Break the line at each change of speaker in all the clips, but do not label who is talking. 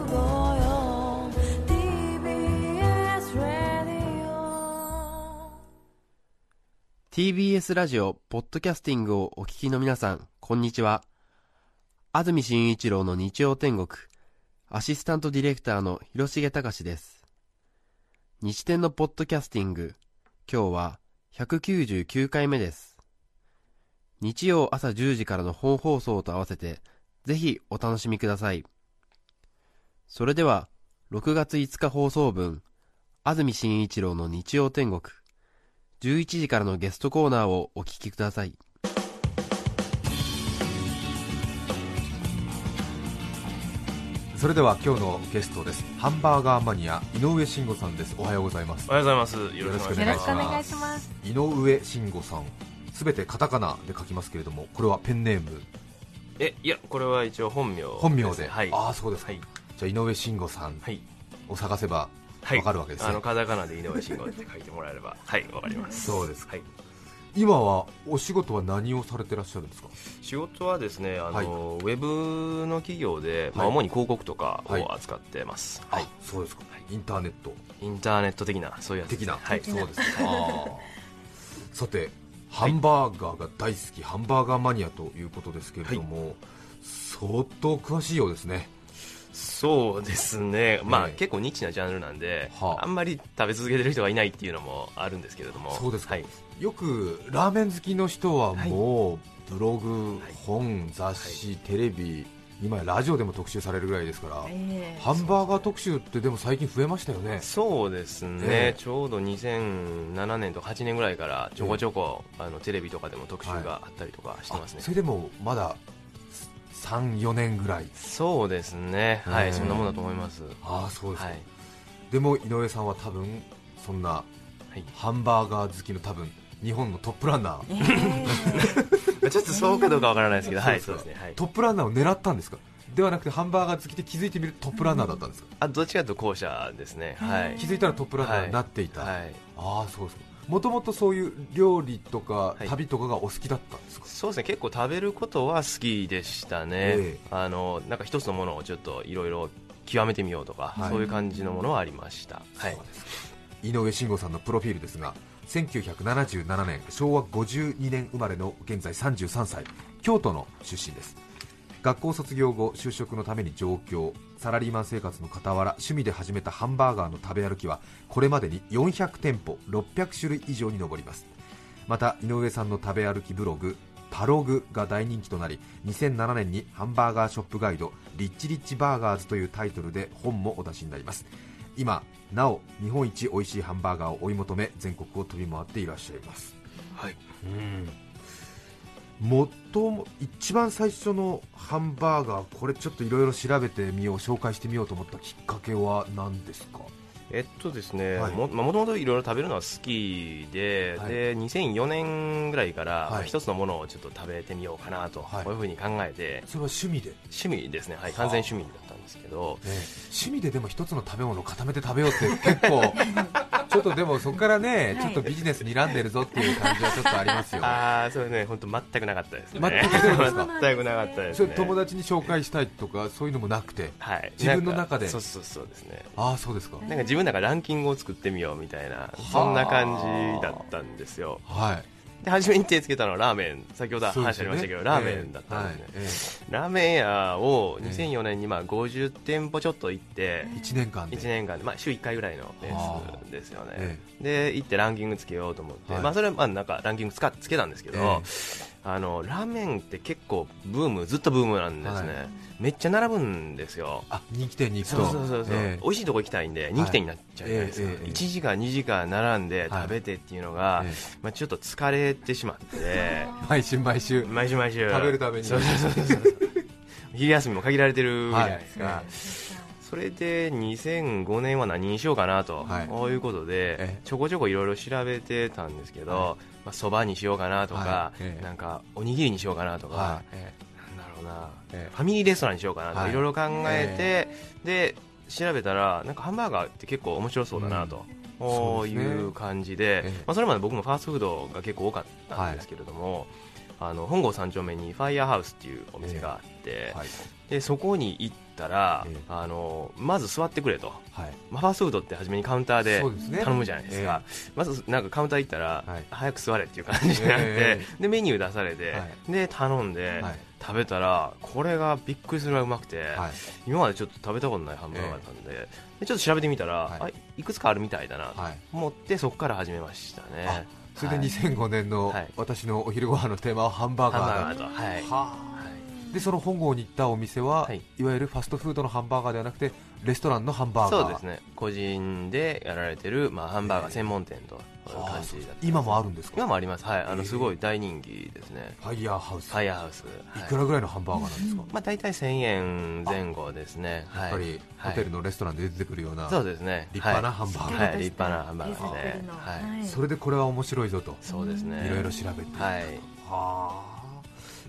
954 TBS Radio
TBS ラジオポッドキャスティングをお聞きの皆さんこんにちは安住紳一郎の日曜天国アシスタントディレクターの広重隆です日天のポッドキャスティング今日は199回目です日曜朝10時からの本放送と合わせてぜひお楽しみくださいそれでは6月5日放送分安住紳一郎の日曜天国11時からのゲストコーナーをお聞きください
それでは今日のゲストですハンバーガーマニア井上慎吾さんですおはようございます
おはようございます。よろしくお
よ
願
ろ
い
し
し
くお
ます。
願いします
井上慎吾さんすべてカタカナで書きますけれどもこれはペンネーム
え、いや、これは一応本名。
本名で
はい。
ああそうですか、
はい
じゃあ井上慎吾さん
はい。
を探せば
はい。
わかるわけですね
あの、カタカナで井上慎吾って書いてもらえれば。はい、わかります。
そうです
はい。
今はお仕事は何をされてらっしゃるんですか
仕事はですね、あの、
はい
ウェブの企業で、まあ、
はい
主に広告とか
はい
を扱ってます。
はいそうですか、インターネット
インターネット的な、そういうやつです
的
ね
な、
はい。
そうですかあーさてハンバーガーが大好き、ハンバーガーマニアということですけれども、相当詳しいようですね
そうですね。まあ、
ええ
結構ニッチなジャンルなんで、
はあ
あんまり食べ続けてる人がいないっていうのもあるんですけれども。
そうですか
はい。
よくラーメン好きの人はもうブログ、
はい
本、雑誌、テレビ、今やラジオでも特集されるぐらいですから、
ええ
ハンバーガー特集ってでも最近増えましたよね、
そうですね、
ええ
ちょうど2007年と8年ぐらいからちょこちょこ、あのテレビとかでも特集があったりとかしてますね、
あそれでもまだ3、4年ぐらい、
そうですね、は
うん
い、そんなもんだと思います、
ああそうですか、
はい
でも井上さんは多分そんな
はい
ハンバーガー好きの多分日本のトップランナー、
まあ ちょっとそうかどうかわからないですけど、はい、
そ
そうう
で
ですす
か
ね、はい
トップランナーを狙ったんですか、ではなくてハンバーガー好きで気づいてみるとトップランナーだったんですか、
あどっちかというと後者ですね、はい
気づいたらトップランナーになっていた。
はい、
ああそうですかもともとそういう料理とか
はい
旅とかがお好きだったんですか、
そうですね結構食べることは好きでしたね、
ええ
あのなんか一つのものをちょっといろいろ極めてみようとか、
はい
そういう感じのものはありました、はい
そう、ですか井上慎吾さんのプロフィールですが1977年昭和52年生まれの現在33歳京都の出身です学校卒業後就職のために上京サラリーマン生活の傍ら趣味で始めたハンバーガーの食べ歩きはこれまでに400店舗600種類以上に上りますまた井上さんの食べ歩きブログパログが大人気となり2007年にハンバーガーショップガイド「リッチリッチバーガーズ」というタイトルで本もお出しになります今なお日本一美味しいハンバーガーを追い求め全国を飛び回っていらっしゃいます
はい
もっとも一番最初のハンバーガーこれちょっといろいろ調べてみよう紹介してみようと思ったきっかけは何ですか
えっとですね、
はい
もまあもともといろいろ食べるのは好きで,、
はい
で2004年ぐらいから、
はい
まあ一つのものをちょっと食べてみようかなと、
はい
こういうふうに考えて
それは趣味で、
趣味ですね、はい、
はあ
完全趣味だったんですけど
趣味ででも一つの食べ物を固めて食べようって結 構ちょっとでもそこからね、
はい
ちょっとビジネスにらんでるぞっていう感じはちょっとありますよ
ああそうですね本当全くなかったですね
全くなかったです
か
全くなかったです
そ
ね
れ友達に紹介したいとかそういうのもなくて
はい、
自分の中で
なんかそうそうそうですね
ああそうですか
なんか自分なんかランキングを作ってみようみたいなそんな感じだったんですよ
はい
で初めに手つけたのはラーメン先ほど
そうで
話
す
あり
よ
ま
ね
したけど、ラーメンだったんですね、
ええはいええ
ラーメン屋を
ええ
2004年にまあ50店舗ちょっと行って
1年間で
1年間で、まあ、週1回ぐらいのペースですよね
え、
で行ってランキングつけようと思って、
はい
まあ、それはまあなんかランキングつかつけたんですけど、
ええ
あのラーメンって結構ブームずっとブームなんですね、
はい
めっちゃ並ぶんですよ
あ人気店に行く
そ
と
うそうそうそう、
ええ
美味しいとこ行きたいんで人気店になっちゃうじゃないですか、
はいええええ
1時間2時間並んで
はい
食べてっていうのが、
え
まあ、ちょっと疲れてし まって
え毎週毎週
毎週毎週
食べるために
そうそうそうそう昼休みも限られてるじゃないですか、
はい
それで2005年は何にしようかなと、
はい
こういうこと
え
でちょこちょこいろいろ調べてたんですけ
はい
どまあそば、にしようかなとか、
はいええ
なんかおにぎりにしようかなとか、
はいえ
なんだろうな、
ええ
ファミリーレストランにしようかなと
は
か
い
いろいろ考えて、で調べたらなんかハンバーガーって結構面白そうだなと。こ
そ
う
うで
い
すね
う感じ
え
で
え
まあ、それまで僕もファーストフードが結構多かったんですけれども、あの本郷三丁目にファイヤーハウスっていうお店があって、
はい
でそこに行ったら、
ええ
あのまず座ってくれと、
はい
まあファーストフードって初めにカウンターで
そうですね
頼むじゃないですかまずなんかカウンター行ったら、
はい
早く座れっていう感じになって、
え
でメニュー出されて、
は
で頼んで、
はい
食べたらこれがびっくりするぐらいうまくて、
はい
今までちょっと食べたことないハンバーガーだったんで,、でちょっと調べてみたら、、
はい
あいくつかあるみたいだなと
はい
思ってそこから始めました
あ
ね
それ
はい
で2005年の
はい
私のお昼ご飯のテーマはハンバー
ハンバー
ガ
ガ
ー
ー
だ
とはい、
はあでその本郷に行ったお店は、
はい
い、わゆるファストフードのハンバーガーではなくてレストランのハンバーガー
そうですね個人でやられてる、まあ、ハンバーガー専門店という
はあ
感じだった
今もあるんですか
今もありますはいあの
ええ
すごい大人気ですね
ファイヤーハウス、
ファイヤーハウス、
い
はい
くらぐらいのハンバーガーなんですか、
まあ、大体1000円前後ですね
やっぱり
はい
ホテルのレストランで出てくるような、
そうですね
立派な
は
ハンバーガー、
い、はい、立派なハンバーガーですねはい、
それでこれは面白いぞと、
そうですね
いろいろ調べて、
はい
はあ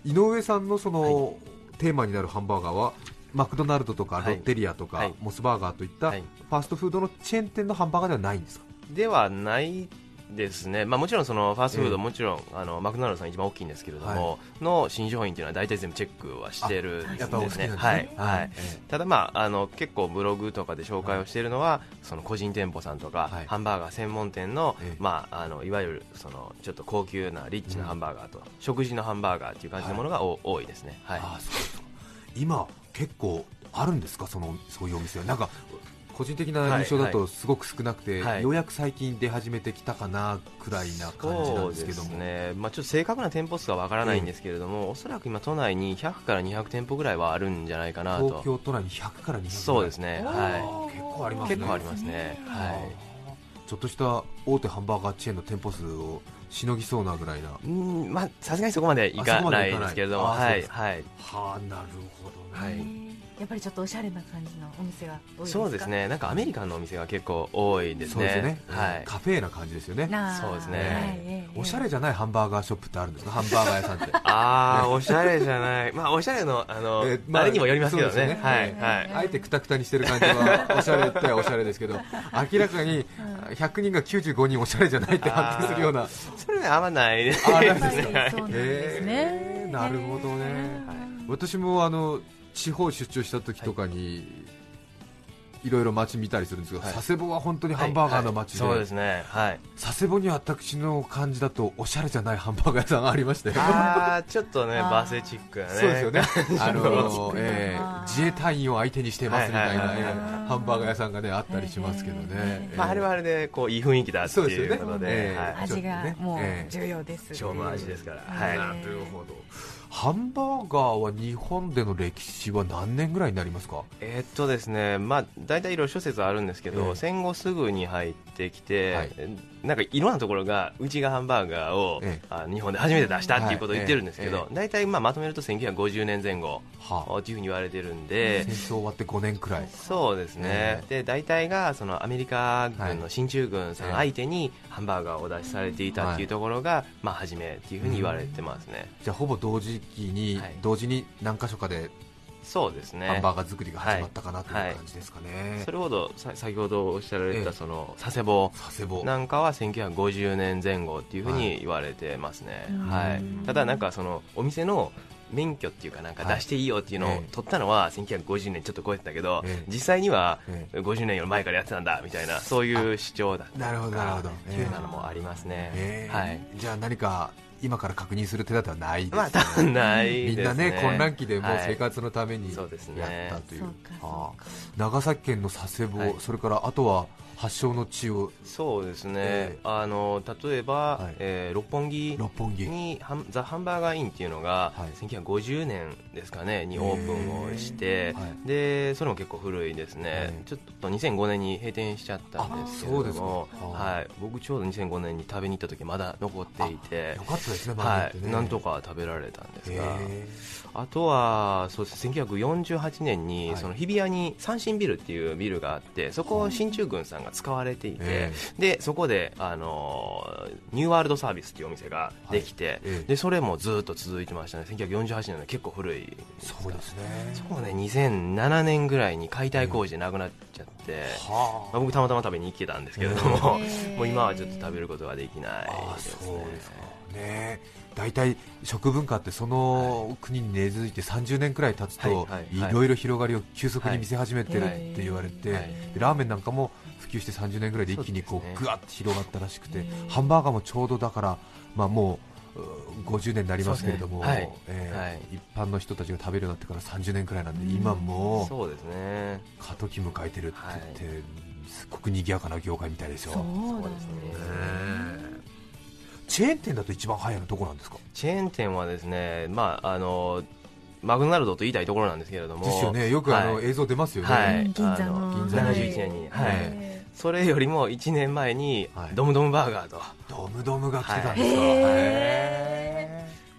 井上さんのその、テーマになるハンバーガーはマクドナルドとか
はい
ロッテリアとか、
はい
モスバーガーといった、
はい
ファストフードのチェーン店のハンバーガーではないんですか
ではないですね、まあ、もちろんそのファーストフード、
ええ
もちろんあのマクドナルドさん一番大きいんですけれども、の新商品というのは大体全部チェックはしてるんで
やっぱお好き
す
な
ね
んですね
はいはい
ええ
ただ、まあ、あの結構ブログとかで紹介をしているのは、その個人店舗さんとか、
はい
ハンバーガー専門店の,、
ええ
まあ、あのいわゆるそのちょっと高級なリッチなハンバーガーと、食事のハンバーガーっていう感じのものがお、多いですね、はい、
ああそうですか今結構あるんですかそのそういうお店はなんか個人的な印象だ
は
とすごく少なくて、
はい
ようやく最近出始めてきたかなくらいな感じなんですけども
そうですね、まあ、ちょっと正確な店舗数はわからないんですけれども、おそらく今、都内に100から200店舗ぐらいはあるんじゃないかなと、
東京都内に100から200ぐらい
そうですね、は
結構あり
い、
ますね
結構ありますね、は、
ちょっとした大手ハンバーガーチェーンの店舗数をしのぎそうなぐらいない
うんまあさすがにそこまでいかないですけれど
あそ
も、
こま
は
でい
い、
か
はい、
はあなるほどね、
はい
やっぱりちょっとおしゃれな感じのお店が多いですか
そうですね、なんかアメリカンのお店が結構多いです
そうですよね
ね、、はい、
カフェな感じですよね
なあ
そうですね
はいええ
おしゃれじゃないハンバーガーショップってあるんですかハンバーガー屋さんっ て
あー、おしゃれじゃない、まあ、おしゃれの、あの
え、まあ
あれにもよりますけど
そうで
ね
す、ね
はい、はい。
あえてくたくたにしてる感じはおしゃれっておしゃれですけど明らかに100人が95人おしゃれじゃないって発見するような
それね、合わないね。
あ
やっぱりそうなんですね、
えーなるほどね、私もあの地方出張した時とかに、いろいろ街見たりするんですけど、
はい
佐世保は本当にハンバーガーの街で,、
はいはいそうですね、はい。
佐世保には私の感じだとおしゃれじゃないハンバーガー屋さんがありまして、
あーちょっとね、
あー
バーセチックなね。
そうですよね。あの
そう
えー自衛隊員を相手にしてますみたいな、
はいはいはい
えーハンバーガー屋さんがねあったりしますけどね、えー
まあ、あれはあれで、こう、いい雰囲気だって
そうですよ
い
ね
うことで、
ええ
はい。
味がも
ええ
う重要です、
超の味ですから、
はい
は
なるほどハンバーガーは日本での歴史は何年ぐらいになりますか
い。えーっとですね、まあ、大体いろいろ諸説あるんですけど、
ええ
戦後すぐに入ってきて、
はい
なんかいろんなところが、うちがハンバーガーを、
ええ
あ日本で初めて出したっていうことを言ってるんですけど、
はいえ
大体まあまとめると1950年前後
は
っていうふうに言われてるんで、
戦争終わって5年くらい
そうですね、
え
で大体がそのアメリカ軍
は
の進駐軍さん相手にハンバーガーをお出しされていたっていうところが、まあ初めっていうふうに言われてますね、
じゃあほぼ同時期に、
はい
同時に何箇所かで
そうですね
ハンバーガー作りが始まったかなという感じですかね、
それほどさ先ほどおっしゃられ
ええ
たその佐世保
佐世保
なんかは1950年前後っていうふう
は
に言われてますね、
うん
はい
うん
ただなんかそのお店の免許っていうかなんか
はい
出していいよっていうのを
ええ
取ったのは1950年ちょっと超えてたけど、
ええ
実際には
ええ
50年より前からやってたんだみたいなそういう主張だったりと
な
か
るほどなるほど、
っていうようなのもありますね、
えー
はい
じゃあ何か今から確認する手立てはないです、
まあ多分ないです
みんなね混乱期でもう生
はい
活のためにや
そ
っ
うですね
たという,、
そうか
はあ長崎県の佐世保、
はい
それからあとは発祥の地を
そうですね、
ええ
あの例えば、
はい
えー六本木
六本木
にハンザ・ハンバーガーインっていうのが、
はい
1950年ですかねにオープンをして、
は
でそれも結構古いですね、
ええ
ちょっと2005年に閉店しちゃったんですけれ
あそうで
ど
すか
も、
はあ
はい、僕ちょうど2005年に食べに行った時まだ残っていて
よかったですね、まだ
は
って
い、
ね
なんとか食べられたんです
へ
が、
え
あとはそうです1948年に、
はい
その日比谷に三振ビルっていうビルがあってそこを進駐軍さんが使われていて、
え
でそこで、あのーニューワールドサービスっていうお店ができて、
ええ
でそれもずっと続いてましたね1948年の結構古い
そうですね
そうね2007年ぐらいに解体工事でなくなっちゃっって、
は
まあ、僕たまたま食べに行けたんですけれども、
へ ー
もう今はちょっと食べることができない
ああ
です
そう
ね
ですかね大体食文化ってその国に根付いて30年くらい経つと
はい
い
はい
ろいろ広がりを急速に見せ始めてるっ
はい
て言われて
はい
でラーメンなんかも普及して30年くらいで一気に
そう
こ
です
う
ね
ぐわっと広がったらしくてハンバーガーもちょうどだからまあもううー50年になりますけれども
そうですねはい
えー一般の人たちが食べるようになってから30年くらいなんで今もう
そうですね
過渡期迎えてるって言ってすっごく賑やかな業界みたいですよ。
そうなんです
そうです
ね
ね
チェーン店だと一番早いのどこなんですか
チェーン店はですね、まあ、あのマクドナルドと言いたいところなんですけれども
ですよね、よくあの、
はい
映像出ますよね、
はい
銀座の
あ
銀座の
71年に、はい
はい
それよりも1年前に
はい
ドムドムバーガーと、
ドムドムが来てたんですか、
はい
へ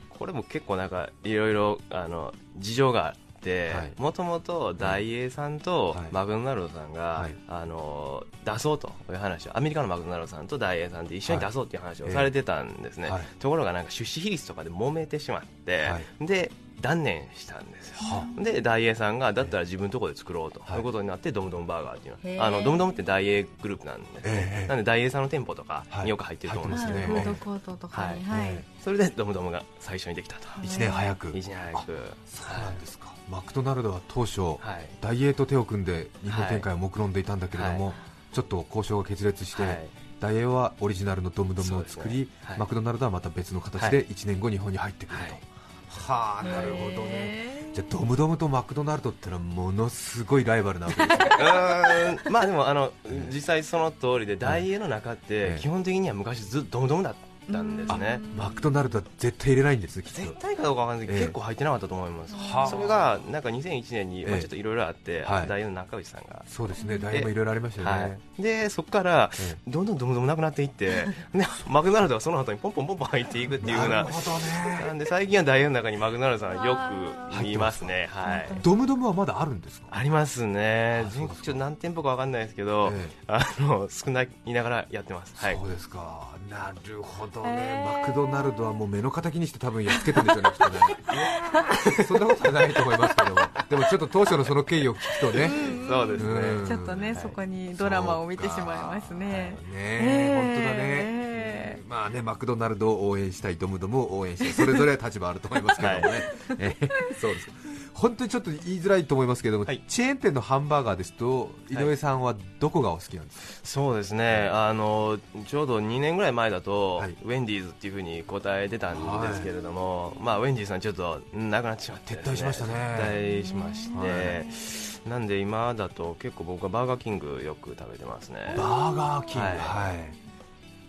これも結構なんかいろいろあの事情があって
はい
もともと大英さんと
はい
マクドナルドさんが、
はい
あの出そうという話をアメリカのマクドナルドさんと大英さんで一緒に出そうという話をされてたんですね、
はい
ところがなんか出資比率とかで揉めてしまって、
は
で断念したんですよ
は
で大英さんがだったら自分のところで作ろうと
はい
いうことになって、ドムドムバーガーっていう
へ
の
ー
あのドムドムって大英グループなんです、
ええ
なんで大英さんの店舗とか
はい
によく入ってると思うん
ま
で
あ
す
フ
けど、
はい
ードコートとかに、はい
え
それでドムドムが最初にできたと
え一年早く、
一年早く
そうなんですか、マクドナルドは当初、
はい
ダイエーと手を組んで日本展開を目論んでいたんだけれども、
は
ちょっと交渉が決裂して、
はい
ダイエーはオリジナルのドムドムを作
そう
り、
ですねはい
マクドナルドはまた別の形
は
で
い
1年後、日本に入ってくると。
はい
はあなるほどね
へー
じゃあドムドムとマクドナルドってのはものすごいライバルなわけで すね
うーんまあでもあの実際その通りでダイエーの中っ
え
て
え
基本的には昔ずっとドムドムだったんですね
マクドナルドは絶対入れないんですきっと
絶対かどうかわかんないけど
ええ
結構入ってなかったと思います
はあ
それがなんか2001年にま
え
あ
え
ちょっといろいろあって
はい
ダイエーの中内さんが
そうですね大変もいろいろありましたよね、
はい、でそこから
え
どんどんどんどんなくなっていって、でマクドナルドはその後にポンポンポンポン入っていくっていうような、
どね
なんで最近はダイエーの中にマクドナルドさん、よく見ますね、は
入って
い、
ドムドムはまだあるんですか
ありますね
あ、そう
全
ですか
国ちょっと何店舗か分かんないですけど、
え
あの少ないながらやってます、はい
そうですかなるほど
え
ね、
ー
マクドナルドはもう目の敵にして多分やっつけてるんでしょうねきっとねそんなことはないと思いますけどでもちょっと当初のその経緯を聞くとね
そうですね、
うん
ちょっとね、
はい
そこにドラマを見てしまいますね
そう。かね
え
本当だね、
ええ
まあねマクドナルドを応援したいドムドムを応援したいそれぞれ立場あると思いますけどもね、
はい
ええそうです本当にちょっと言いづらいと思いますけども、
はい
チェーン店のハンバーガーですと井上さんはどこがお好きなんです
そうですねあのちょうど2年ぐらい前だと、
はい
ウェンディーズっていうふうに答えてたんですけれども、まあ、ウェンディーズさん、ちょっとなくなってしまってです、
撤退しましたね
撤退しまして、なんで今だと結構僕はバーガーキングよく食べてますね
か、。バーガーキング、は
はいい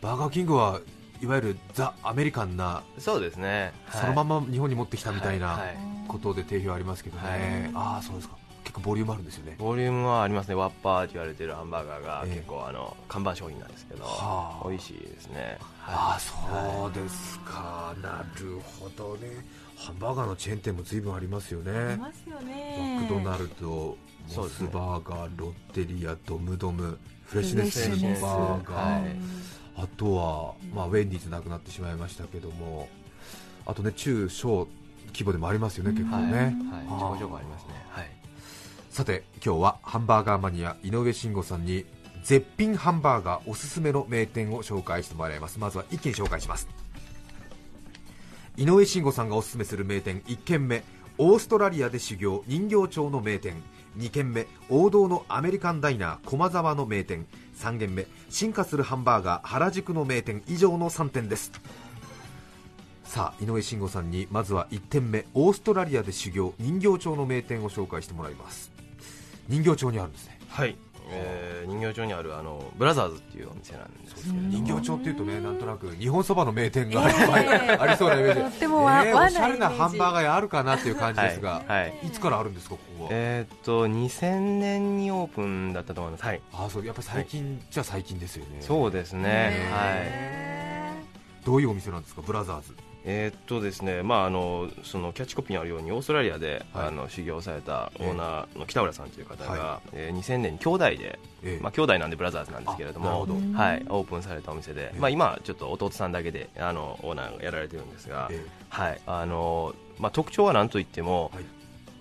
バーガーキングはいわゆるザ・アメリカンな、
そうですね、はい
そのまま日本に持ってきたみたい
は
ない
はい
ことで定評ありますけどね、ああそうですか結構ボリュームあるんですよね
ボリュームはありますね、ワッパーって言われてるハンバーガーが
ええ
結構あの看板商品なんですけど
はあ、
美味しいですね。
ああそうですか、なるほどねハンバーガーのチェーン店も随分ありますよ
あり
ね
ますよね。
マクドナルド
そ
モ
うです
ス
ね
バーガー、ロッテリアドムドムフレッシュネス
フレッシュネス
バーガー、
はい
あとは、まあ、ウェンディーズなくなってしまいましたけどもあとね中小規模でもありますよね結構
はい、
ね、
はい、ちょこちょこありますね。はい
さて今日はハンバーガーマニア井上慎吾さんに絶品ハンバーガーおすすめの名店を紹介してもらいますまずは一軒紹介します井上慎吾さんがおすすめする名店1軒目オーストラリアで修行人形町の名店2軒目王道のアメリカンダイナー駒沢の名店3軒目進化するハンバーガー原宿の名店以上の3点ですさあ井上慎吾さんにまずは1点目オーストラリアで修行人形町の名店を紹介してもらいます人形町にあるんですね
はい、えー人形町にあるあのブラザーズっていうお店なんですけれども
人形町っていうとねなんとなく日本そばの名店がいっぱい ありそうなイメージ
とっても和
ねえ
和な
おしゃれな
イメージ
ハンバーガー屋あるかなっていう感じ
は
です
い、
が、
はい、
い、つからあるんですかここは
えーっと2000年にオープンだったと思います。はい、
あそうやっぱり最近じゃ最近ですよね
そうですね。はい。
どういうお店なんですかブラザーズ
えーっとですね、まああのそのキャッチコピーにあるようにオーストラリアで、
はい
あの修行された
え
オ
え
ーナーの北浦さんという方が、
は
えー2000年に兄弟で、
ええ
まあ兄弟なんでブラザーズなんですけれど
あなるほ
も
ど、
はい、オープンされたお店で、
ええ
まあ今はちょっと弟さんだけであのオーナーがやられてるんですが、
ええ
はい、あのまあ特徴はなんといっても、
はい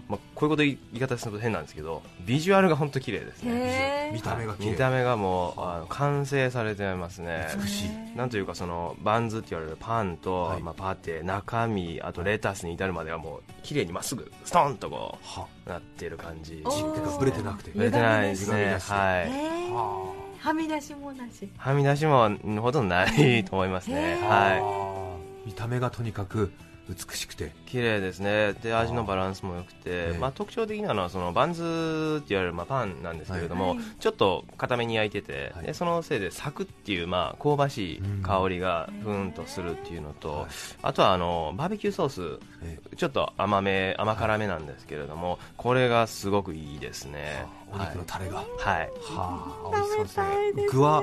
まあ、こういうこと言い言い方すると変なんですけどビジュアルが本当綺麗ですね
へー
見た目が綺
見
麗
た目がもうあの完成されてますね
美しい
なんというかそのバンズって言われるパンと、
はい
まあ、パテ中身あとレタスに至るまではもう綺麗にまっすぐストンとこ
は
うなってる感じ
おー
てかぶれてなくて
売れてないです
歪み
ね
出して
へ
はい
ー
は
はみ出しもなし
はみ出しもほとんどないと思いますね
へー
は
い
い
見た目がとにかく美しくて
綺麗ですねで味のバランスも良くて、
ええ
まあ、特徴的なのはそのバンズって言われる、まあ、パンなんですけれども、
はい
ちょっと固めに焼いてて、
はい
でそのせいでサクっていう、まあ、香ばしい香りが
うん
ふーんとするっていうのと、
はい
あとはあのバーベキューソー
え
スちょっと甘め甘辛めなんですけれども、これがすごくいいですね
お肉のタレがは
はい、はい
あ美味しそ
食べ
うですね
たいですね
具は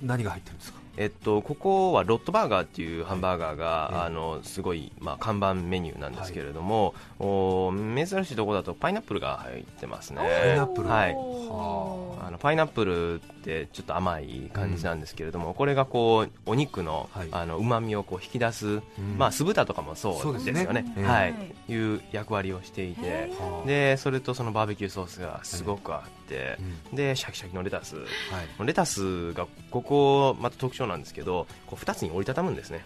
何が入ってるんですか
えっと、ここはロットバーガーっていうハンバーガーが、
はい
あのすごい、まあ、看板メニューなんですけれども、お珍しいところだとパイナップルが入ってますね
パイナップル
はい
おー
あのパイナップルってちょっと甘い感じなんですけれども、これがこうお肉の
はい
うまみをこう引き出す、
うん
まあ、酢豚とかもそ
そう
う
で
ですす
ね
よね
うん
はい
はい
いう役割をしていて
へ
はあ
でそれとそのバーベキューソースがすごくあって
う、ん
でシャキシャキのレタス
はい
レタスがここまた特徴なんですけどこう2つに折りたたむんですね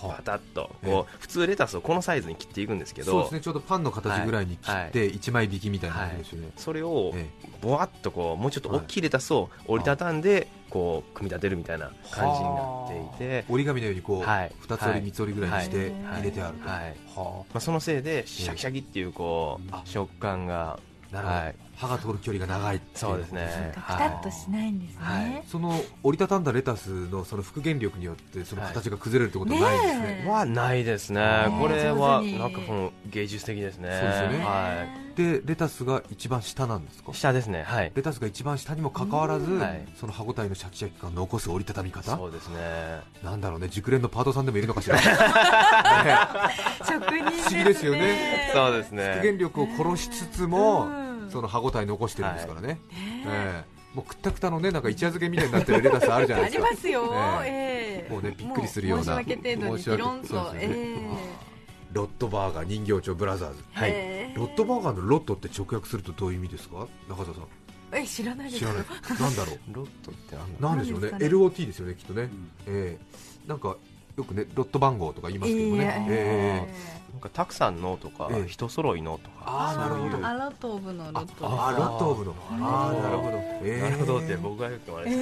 は
パ
あ
タッとこう普通レタスをこのサイズに切っていくんですけ
そう
ど
ですねちょうどパンの形ぐらいに切って一枚引きみたいな感じですよね
それを
え
ぼわっとこうもうちょっと大きいレタスを折りたたんでこう組み立てるみたいな感じになっていて、
折り紙のようにこう
はい
二つ折り三つ折りぐらいにして
はい
入れてあると
はい
は
まあ、そのせいでシャキシャキっていうこう、
うん
食感が
あなるほど
はい
歯が通る距離が長いってい
そうですね
ピ
はい
タッとしないんです
はい
ね
その折りたたんだレタスのその復元力によってその形が崩れるってことはないんですね,、
ね
はないですね
ね
これは
上手に
なんかこの芸術的ですね
そうですよね
は
でレタスが一番下なんですか
い、下ですねはい
レタスが一番下にもかかわらず、
んはい
その歯ごたえのシャキシャキ感を残す折りたたみ方
そうですね
なんだろうね熟練のパートさんでもいるのかしらね
職人
不思議ですよね
そうです
復
ね
元力を殺しつつも、
うん
その歯ごたえ残してるんですからね、
ね
ええもうくったくたのねなんか一夜漬けみたいになってるレタスあるじゃな
あ
いです
り
か
ますよ、
え
え
え
え
もうねびっくりするような
も申し訳程度にピロン
申し訳
と、
そうです
え
よねロットバーガー人形町ブラザーズ、
え
はい
ええ
ロットバーガーのロットって直訳するとどういう意味ですか中澤さん
え知らないです
知らないなんだろう
ロットってなんだ
なんでしょうね
なんですかね
LOT ですよねきっとね、ええなんかよくねロット番号とか言いますけどもね、ええ
なんかたくさんのとか、
ええ
人揃いのとか
ああなるほど
アラトーブのロット
ああロットオブのああなるほど、ええ
なるほどって僕がよく言われて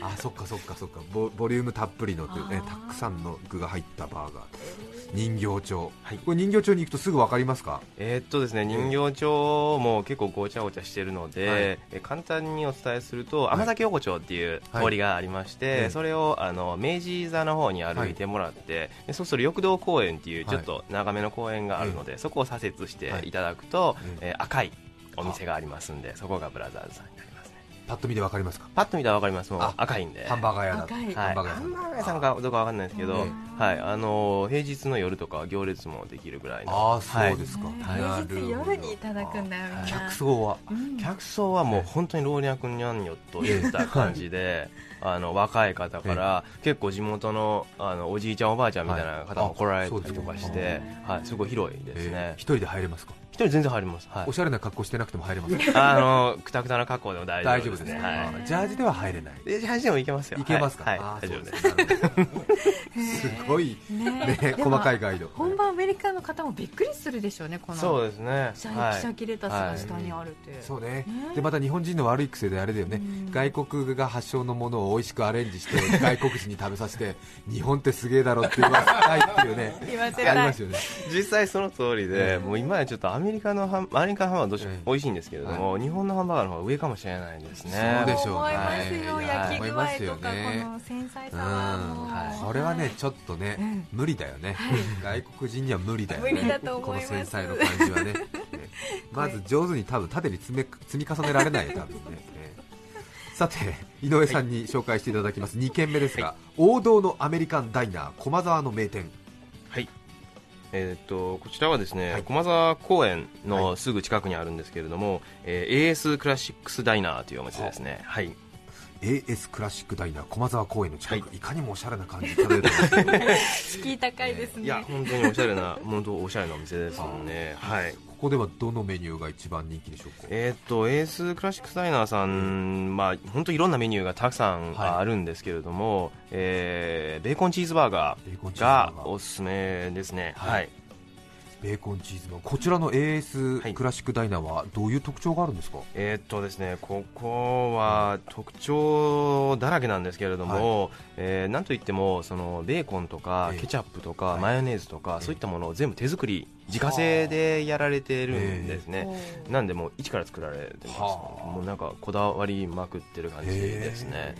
あそっかそっかそっかボボリュームたっぷりのという、ね、
あ
た
ー
くさんの具が入ったバーガー人形町、これ人形町に行くとすぐわかりますか
えーっとですね人形町も結構ごちゃごちゃしてるので、え簡単にお伝えすると
い
天崎横丁っていう通りがありまして、
はいええ
それをあの明治座の方に歩いてもらって、でそうすると緑道公園っていう
はい
ちょっと長めの公園があるので、そこを左折していただくと、
ええ
えー赤いお店がありますんでそこがブラザーズさんになりますね
パッと見でわかりますか
パッと見たら分かりますもう
あ
赤いんで
ハンバーガー屋だ
赤い
はい、
ハンバーガー屋さ
ハ
ん
ンバーガー屋さんかどうかわかんないですけど、
え
はいあのー平日の夜とか行列もできるぐらいの
ああそうですか、
はい
な
平
るほど
日夜にいただくんだよみんな
客層は
うん
客層はもう本当に老若男女といった感じで、 あの若い方から結構地元のあのおじいちゃんおばあちゃんみたいな
はい
方
あ
も来られた
そう
り
です
と
か
かして、はい、すごい広いで
え
す
え
ね
一。人で入れますか
一人全然入ります。はい
お。しゃれな格好してなくても入れますか
あのくたくたな格好でも 大
大
丈
丈夫で
夫です
ね
すね。は
ジャージでは入れない
い。で配信もいけますよ。
いけますか、
はい。
あ
は
ー
い大丈夫です。
そうですなるほど すごい
ね
ね
でも
細かいガイド
本場アメリカの方もびっくりするでしょうねこの
そうですね。
シャキシ
は
ャ
い。
キレタスが下にあるって、
そうね
ね
でまた日本人の悪い癖であれだよね、
うん
外国が発祥のものを美味しくアレンジして外国人に食べさせて 日本ってすげえだろって言わせたいっていうね
言わせた
あり
い
ますよね
実際その通りで、
うん
もう今やちょっとアメリカのハンアメリカンハンバーガーどうしよう
うん
美味しいんですけれども、日本のハンバーガーの方が上かもしれないですね。
そうでしょ
思
うね
いますよ、
はい
焼き具合
思い
と
ま
か、
すよね
この繊細
う
さ
ん、
はもう、
これはねちょっとね、
うん
無理だよね、外国人には無理だよね
無理だと思います
この繊細の感じはねねまず上手に多分縦に積め積み重ねられないよ 多分ねねさて井上さんに紹介していただきます2軒目ですが、王道のアメリカンダイナー駒沢の名店
はい。えーっとこちらはですね、
はい
駒沢公園
は
のすぐ近くにあるんですけれども、えー AS クラシックスダイナーというお店ですね。はい。
AS クラシックダイナー駒沢公園の近く、い、かにもおしゃれな感じ漂って ますけどこ
敷居高いです
いや
ね。
本当におしゃれな本当おしゃれなお店ですもんねはい
こではどのメニューが一番人気でしょうか、
えーっとエースクラシックサイナーさん、まあ本当いろんなメニューがたくさん
はい
あるんですけれども、えーベーコンチーズバーガ
ベーコンチ
ー
ーズバ
が
ーガー
おすすめですね、
はい
はい、
ベーコンチーズのこちらの AS クラシックダイナーはどういう特徴があるんですか、
えーっとですねここは特徴だらけなんですけれども、えーなんといってもそのベーコンとか
ええ
ケチャップとか、
はい
マヨネーズとか、
ええ
そういったものを全部手作り自家製でやられてるんですね、
おー
なんでもう一から作られてます、
はあ
もうなんかこだわりまくってる感じです
へ
ね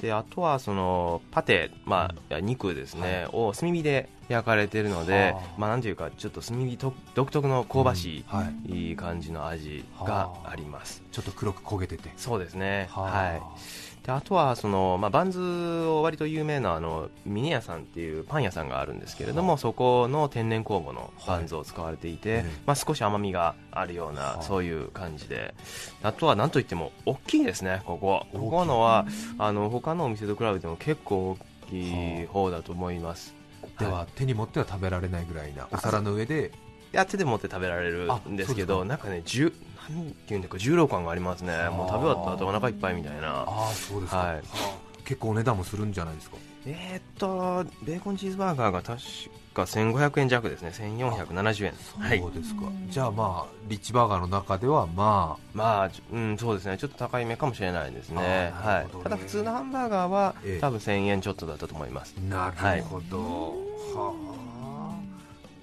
であとはそのパテ、まあ、肉ですね、を炭火で焼かれてるので、
はあ
まあ、なんていうかちょっと炭火と独特の香ばしい、
うんはい、
いい感じの味があります、
ちょっと黒く焦げてて
そうですね
はあ
はいであとはその、まあ、バンズを割と有名なあのミネ屋さんっていうパン屋さんがあるんですけれども、
は
そこの天然酵母のバンズを使われていて、
はい
まあ、少し甘みがあるような、
はあ
そういう感じであとはなんといっても大きいですねここ
大きい
ここのはあの他のお店と比べても結構大きい方だと思います、
では、手に持っては食べられないぐらいなお皿の上で
で手で持って食べられる
あ
んですけ
そ
ど
う
なんかね重なんていうんだか重量感がありますねもう食べ終わった後お腹いっぱいみたいな
ああそうですか、
はい
はあ結構お値段もするんじゃないですか
えーっとベーコンチーズバーガーが確か1500円弱ですね1470円はい
そうですか、じゃあまあリッチバーガーの中ではま
まあ、ちょうん、そうですねちょっと高い目かもしれないですね
あーな
は
る
い
ほどね
ただ普通のハンバーガーは、
ええ
多分1000円ちょっとだったと思います
あなるほど、はあ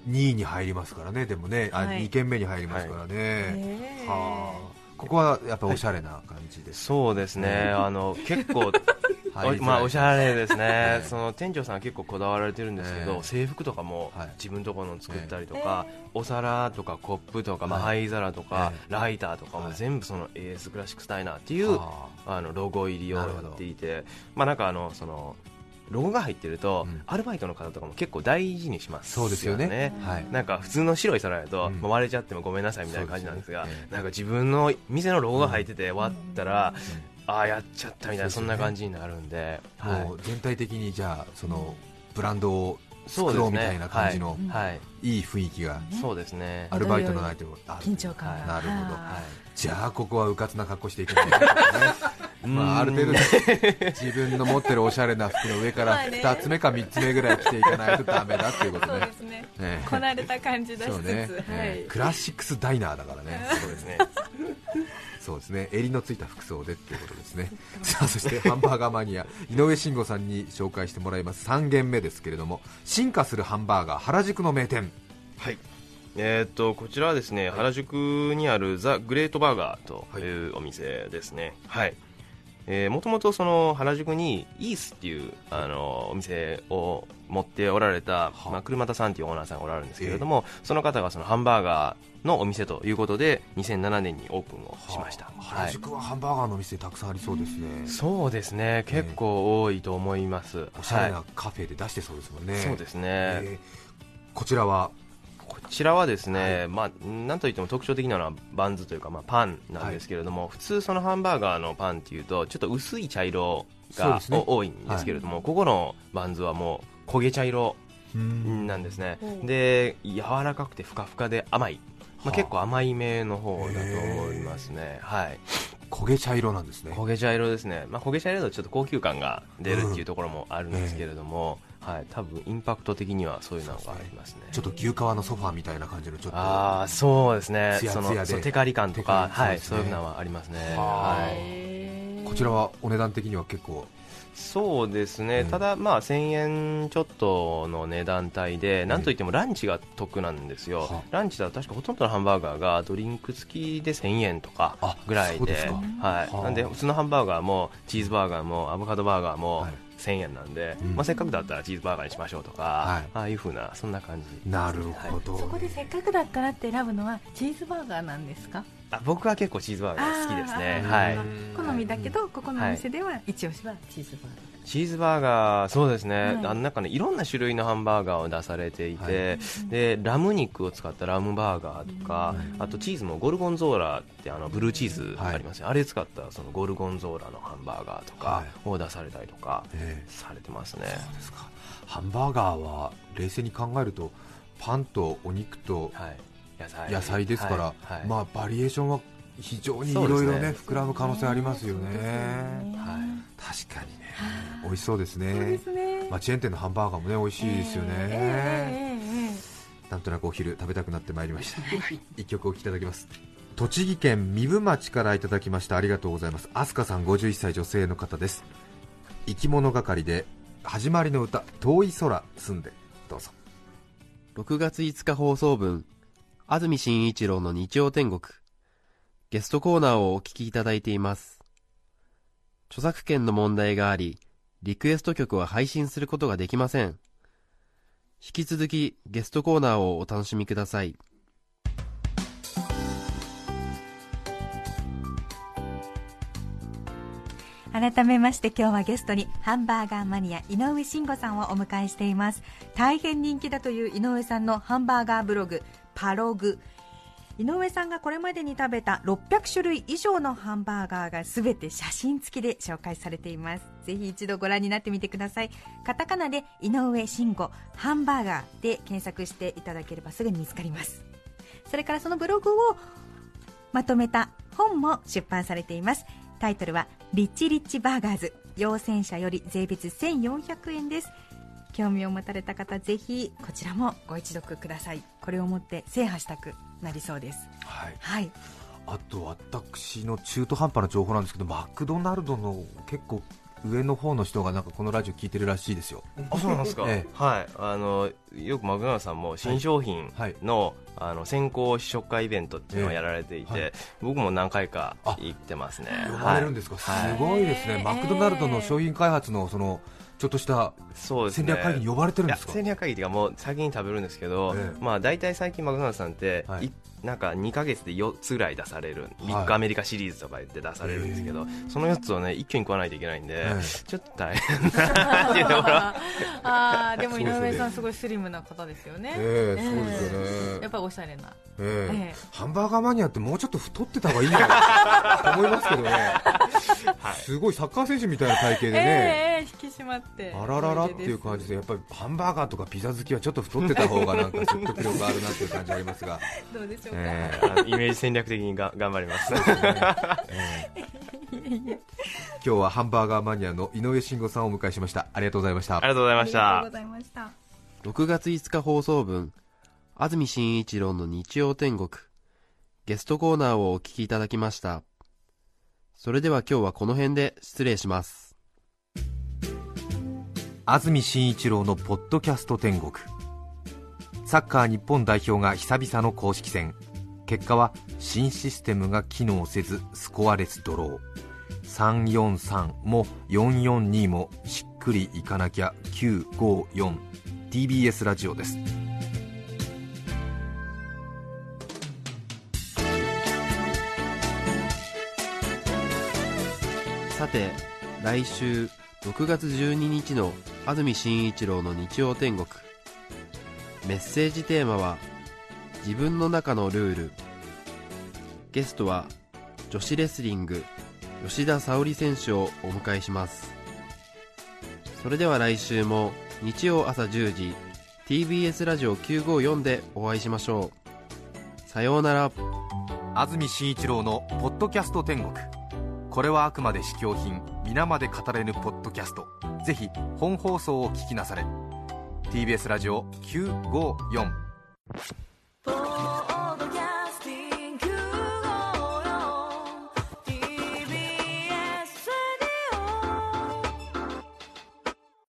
2位に入りますからねでもね、あ
はい
2軒目に入りますからね、
えー
はあここはやっぱおしゃれな感じです、
そうですね、
ええ
あの結
入
構
りづらい
まあ、おしゃれですね、
ええ
その店長さんは結構こだわられてるんですけど、
ええ
制服とかも
はい
自分とこの作ったりとか、お皿とかコップとか、まあ、
はい
灰皿とか、
ええ
ライターとかも
はい
全部その AS クラシックスタイナーっていう、
はあ
あのロゴ入りを
な
や
るほど
っていて、まあ、なんかあのそのロゴが入ってると、
うん
アルバイトの方とかも結構大事にします
そうですよねはい
なんか普通の白い皿やと、
うん
まあ割れちゃってもごめんなさいみたいな感じなんですが
そうですねええ
なんか自分の店のロゴが入ってて割ったら、
う
ああやっちゃったみたいな
そ
そ,、
うですよね
んな感じになるんで、
ん
はい
もう全体的にじゃあそのブランドを
そ
作
うで
ろう
す
み
ね
たいな感じの
はい、はい
いい雰囲気が
そうですね
アルバイトのないとこある
緊張感が
なるほど、
はい
じゃあここはうかつな格好していくんだね まあ、ある程度
うん
自分の持ってるおしゃれな服の上
ま
から
あね
2つ目か3つ目ぐらい着ていかないとダメだっていうこと
そう
ね
ですね。
ええ
こなれた感じ出し
そうね
つつ、は
え
い
え。クラシックスダイナーだからね
そうですね
そうですね襟のついた服装でっていうことですねさあそしてハンバーガーマニア井上慎吾さんに紹介してもらいます3軒目ですけれども進化するハンバーガー原宿の名店
はい。えーっとこちらはですね、原宿にあるザ・グレートバーガーというお店ですね。はい。えー、もともとその原宿にイースっていうあのお店を持っておられた、
は
まあ、車田さんっていうオーナーさんがおられるんですけれども、その方がそのハンバーガーのお店ということで2007年にオープンをしました、
はあ原宿はハンバーガーの店たくさんありそうですね、
はい、そうですね結構多いと思います、
おしゃれ
は
なカフェで出してそうですもんね、
い、そうですね、
ええこちらは
こちらはですね、まあ、なんといっても特徴的なのはバンズというか、まあ、パンなんですけれども、普通そのハンバーガーのパンっていうとちょっと薄い茶色
そう
が、
ですね
お多いんですけれども、ここのバンズはもう焦げ茶色なんですね、で柔らかくてふかふかで甘い、ま
はあ
あ、結構甘いめの方だと思いますね、はい、
焦げ茶色なんですね
焦げ茶色ですね、まあ、焦げ茶色だとちょっと高級感が出るっていうところもあるんですけれども、はい、多分インパクト的にはそういうのがありますね
ちょっと牛革のソファーみたいな感じのちょっと
ああそうですね
ツヤツヤ
その
で
そのテカリ感と
テカ
か
リそうですね
はいそういうのはありますね
はー
はい
こちらはお値段的には結構
そうですね、
うん
ただまあ1000円ちょっとの値段帯でなんといってもランチが得なんですよ、
は
ランチだと確かほとんどのハンバーガーがドリンク付きで1000円とか
あ
ぐらい
そう
で
ですか
はい
はあ
なんで普通のハンバーガーもチーズバーガーもアボカドバーガーも
はい
1000円なんで、
うん
まあ、せっかくだったらチーズバーガーにしましょうとか、
はい
ああいうふうなそんな感じ
なるほど、
そこでせっかくだったらって選ぶのはチーズバーガーなんですか
あ僕は結構チーズバーガー好きですね
あー
はい
好みだけどここのお店では一押しはチーズバーガー
チーズバーガー、そうですね、
はい
あのなんかね、いろんな種類のハンバーガーを出されていて、でラム肉を使ったラムバーガーとか、あとチーズもゴルゴンゾーラってあのブルーチーズありますね、あれ使ったそのゴルゴンゾーラのハンバーガーと
は
かを出されたりとか
ええ
されてますね。
そうですかハンバーガーは冷静に考えるとパンとお肉と
はい、野菜
野菜ですから、
はいはい
まあバリエーションは非常にい
そう
ろ
で
い
す
ろ
ね
ね膨らむ可能性ありますよね
そうですね
はい
確かにね美味しそうです
そうで
ね
すね。
まあ、チェーン店のハンバーガーもね美味しいですよね、
ええええええええ
なんとなくお昼食べたくなってまいりました一曲お聴きいただきます栃木県壬生町からいただきましたありがとうございます飛鳥さん51歳女性の方です生き物係で始まりの歌「遠い空住んで」どうぞ
6月5日放送分、安住紳一郎の日曜天国、ゲストコーナーをお聞きいただいています。著作権の問題があり、リクエスト曲は配信することができません。引き続きゲストコーナーをお楽しみください。
改めまして今日はゲストにハンバーガーマニア井上慎吾さんをお迎えしています大変人気だという井上さんのハンバーガーブログパログ井上さんがこれまでに食べた600種類以上のハンバーガーがすべて写真付きで紹介されていますぜひ一度ご覧になってみてくださいカタカナで井上慎吾ハンバーガーで検索していただければすぐに見つかりますそれからそのブログをまとめた本も出版されていますタイトルは「リッチリッチバーガーズ」陽性者より税別1400円です興味を持たれた方ぜひこちらもご一読くださいこれをもって制覇したくなりそうです
はい
はい
あと私の中途半端な情報なんですけどマクドナルドの結構上の方の人がなんかこのラジオ聞いてるらしいですよ
あそうなんですか、
ええ
はいあのよくマグナーさんも新商品
はい
の,、あの先行試食会イベントっていうのをやられていて、
ええはい
僕も何回か行ってますね
呼ば
は
れ
い
るんですか、
はい
すごいですね、
えー
マクドナルドの商品開発のそのちょっとした
そうです
戦
ね
略会議に呼ばれてるん
い
で
や
すか、
戦略会議っていうかもう先に食べるんですけど、
ええ
まあ大体最近マクドナルドさんって、
はい
いなんか2ヶ月で4つぐらい出されるビッグアメリカシリーズとか言って出されるんですけど、その4つをね一挙に食わないといけないんで、
え
ちょっと大変だなっていうところ
ああでも
そう
井
ですね
上さんすごいスリムな方ですよね。
ええそうですよね
やっぱりおしゃれな。
ええ
ええ
ハンバーガーマニアってもうちょっと太ってた方がいいなと 思いますけどね、すごいサッカー選手みたいな体型で
え
ね、
えええ引き締まって。
あらららっていう感じで、やっぱりハンバーガーとかピザ好きはちょっと太ってた方がなんか説得力あるなっていう感じありますが、
どうでしょうか。
ええ
あのイメージ戦略的にが頑張ります
今日はハンバーガーマニアの井上慎吾さんをお迎えしました。ありがとうございました
あり。がとうございま
あ
した
りがとうございました
6月5日放送分、安住紳一郎の日曜天国、ゲストコーナーをお聞きいただきました。それでは今日はこの辺で失礼します。
安住紳一郎のポッドキャスト天国サッカー日本代表が久々の公式戦結果は新システムが機能せずスコアレスドロー343も442もしっくりいかなきゃ 954TBS ラジオです
さて来週6月12日の安住紳一郎の日曜天国メッセージテーマは「自分の中のルール」ゲストは女子レスリング吉田沙保里選手をお迎えしますそれでは来週も日曜朝10時 TBS ラジオ954でお会いしましょうさようなら
安住紳一郎の「ポッドキャスト天国」これはあくまで試供品皆まで語れぬポッドキャストぜひ本放送を聞きなされ TBS ラジオ954
ポッ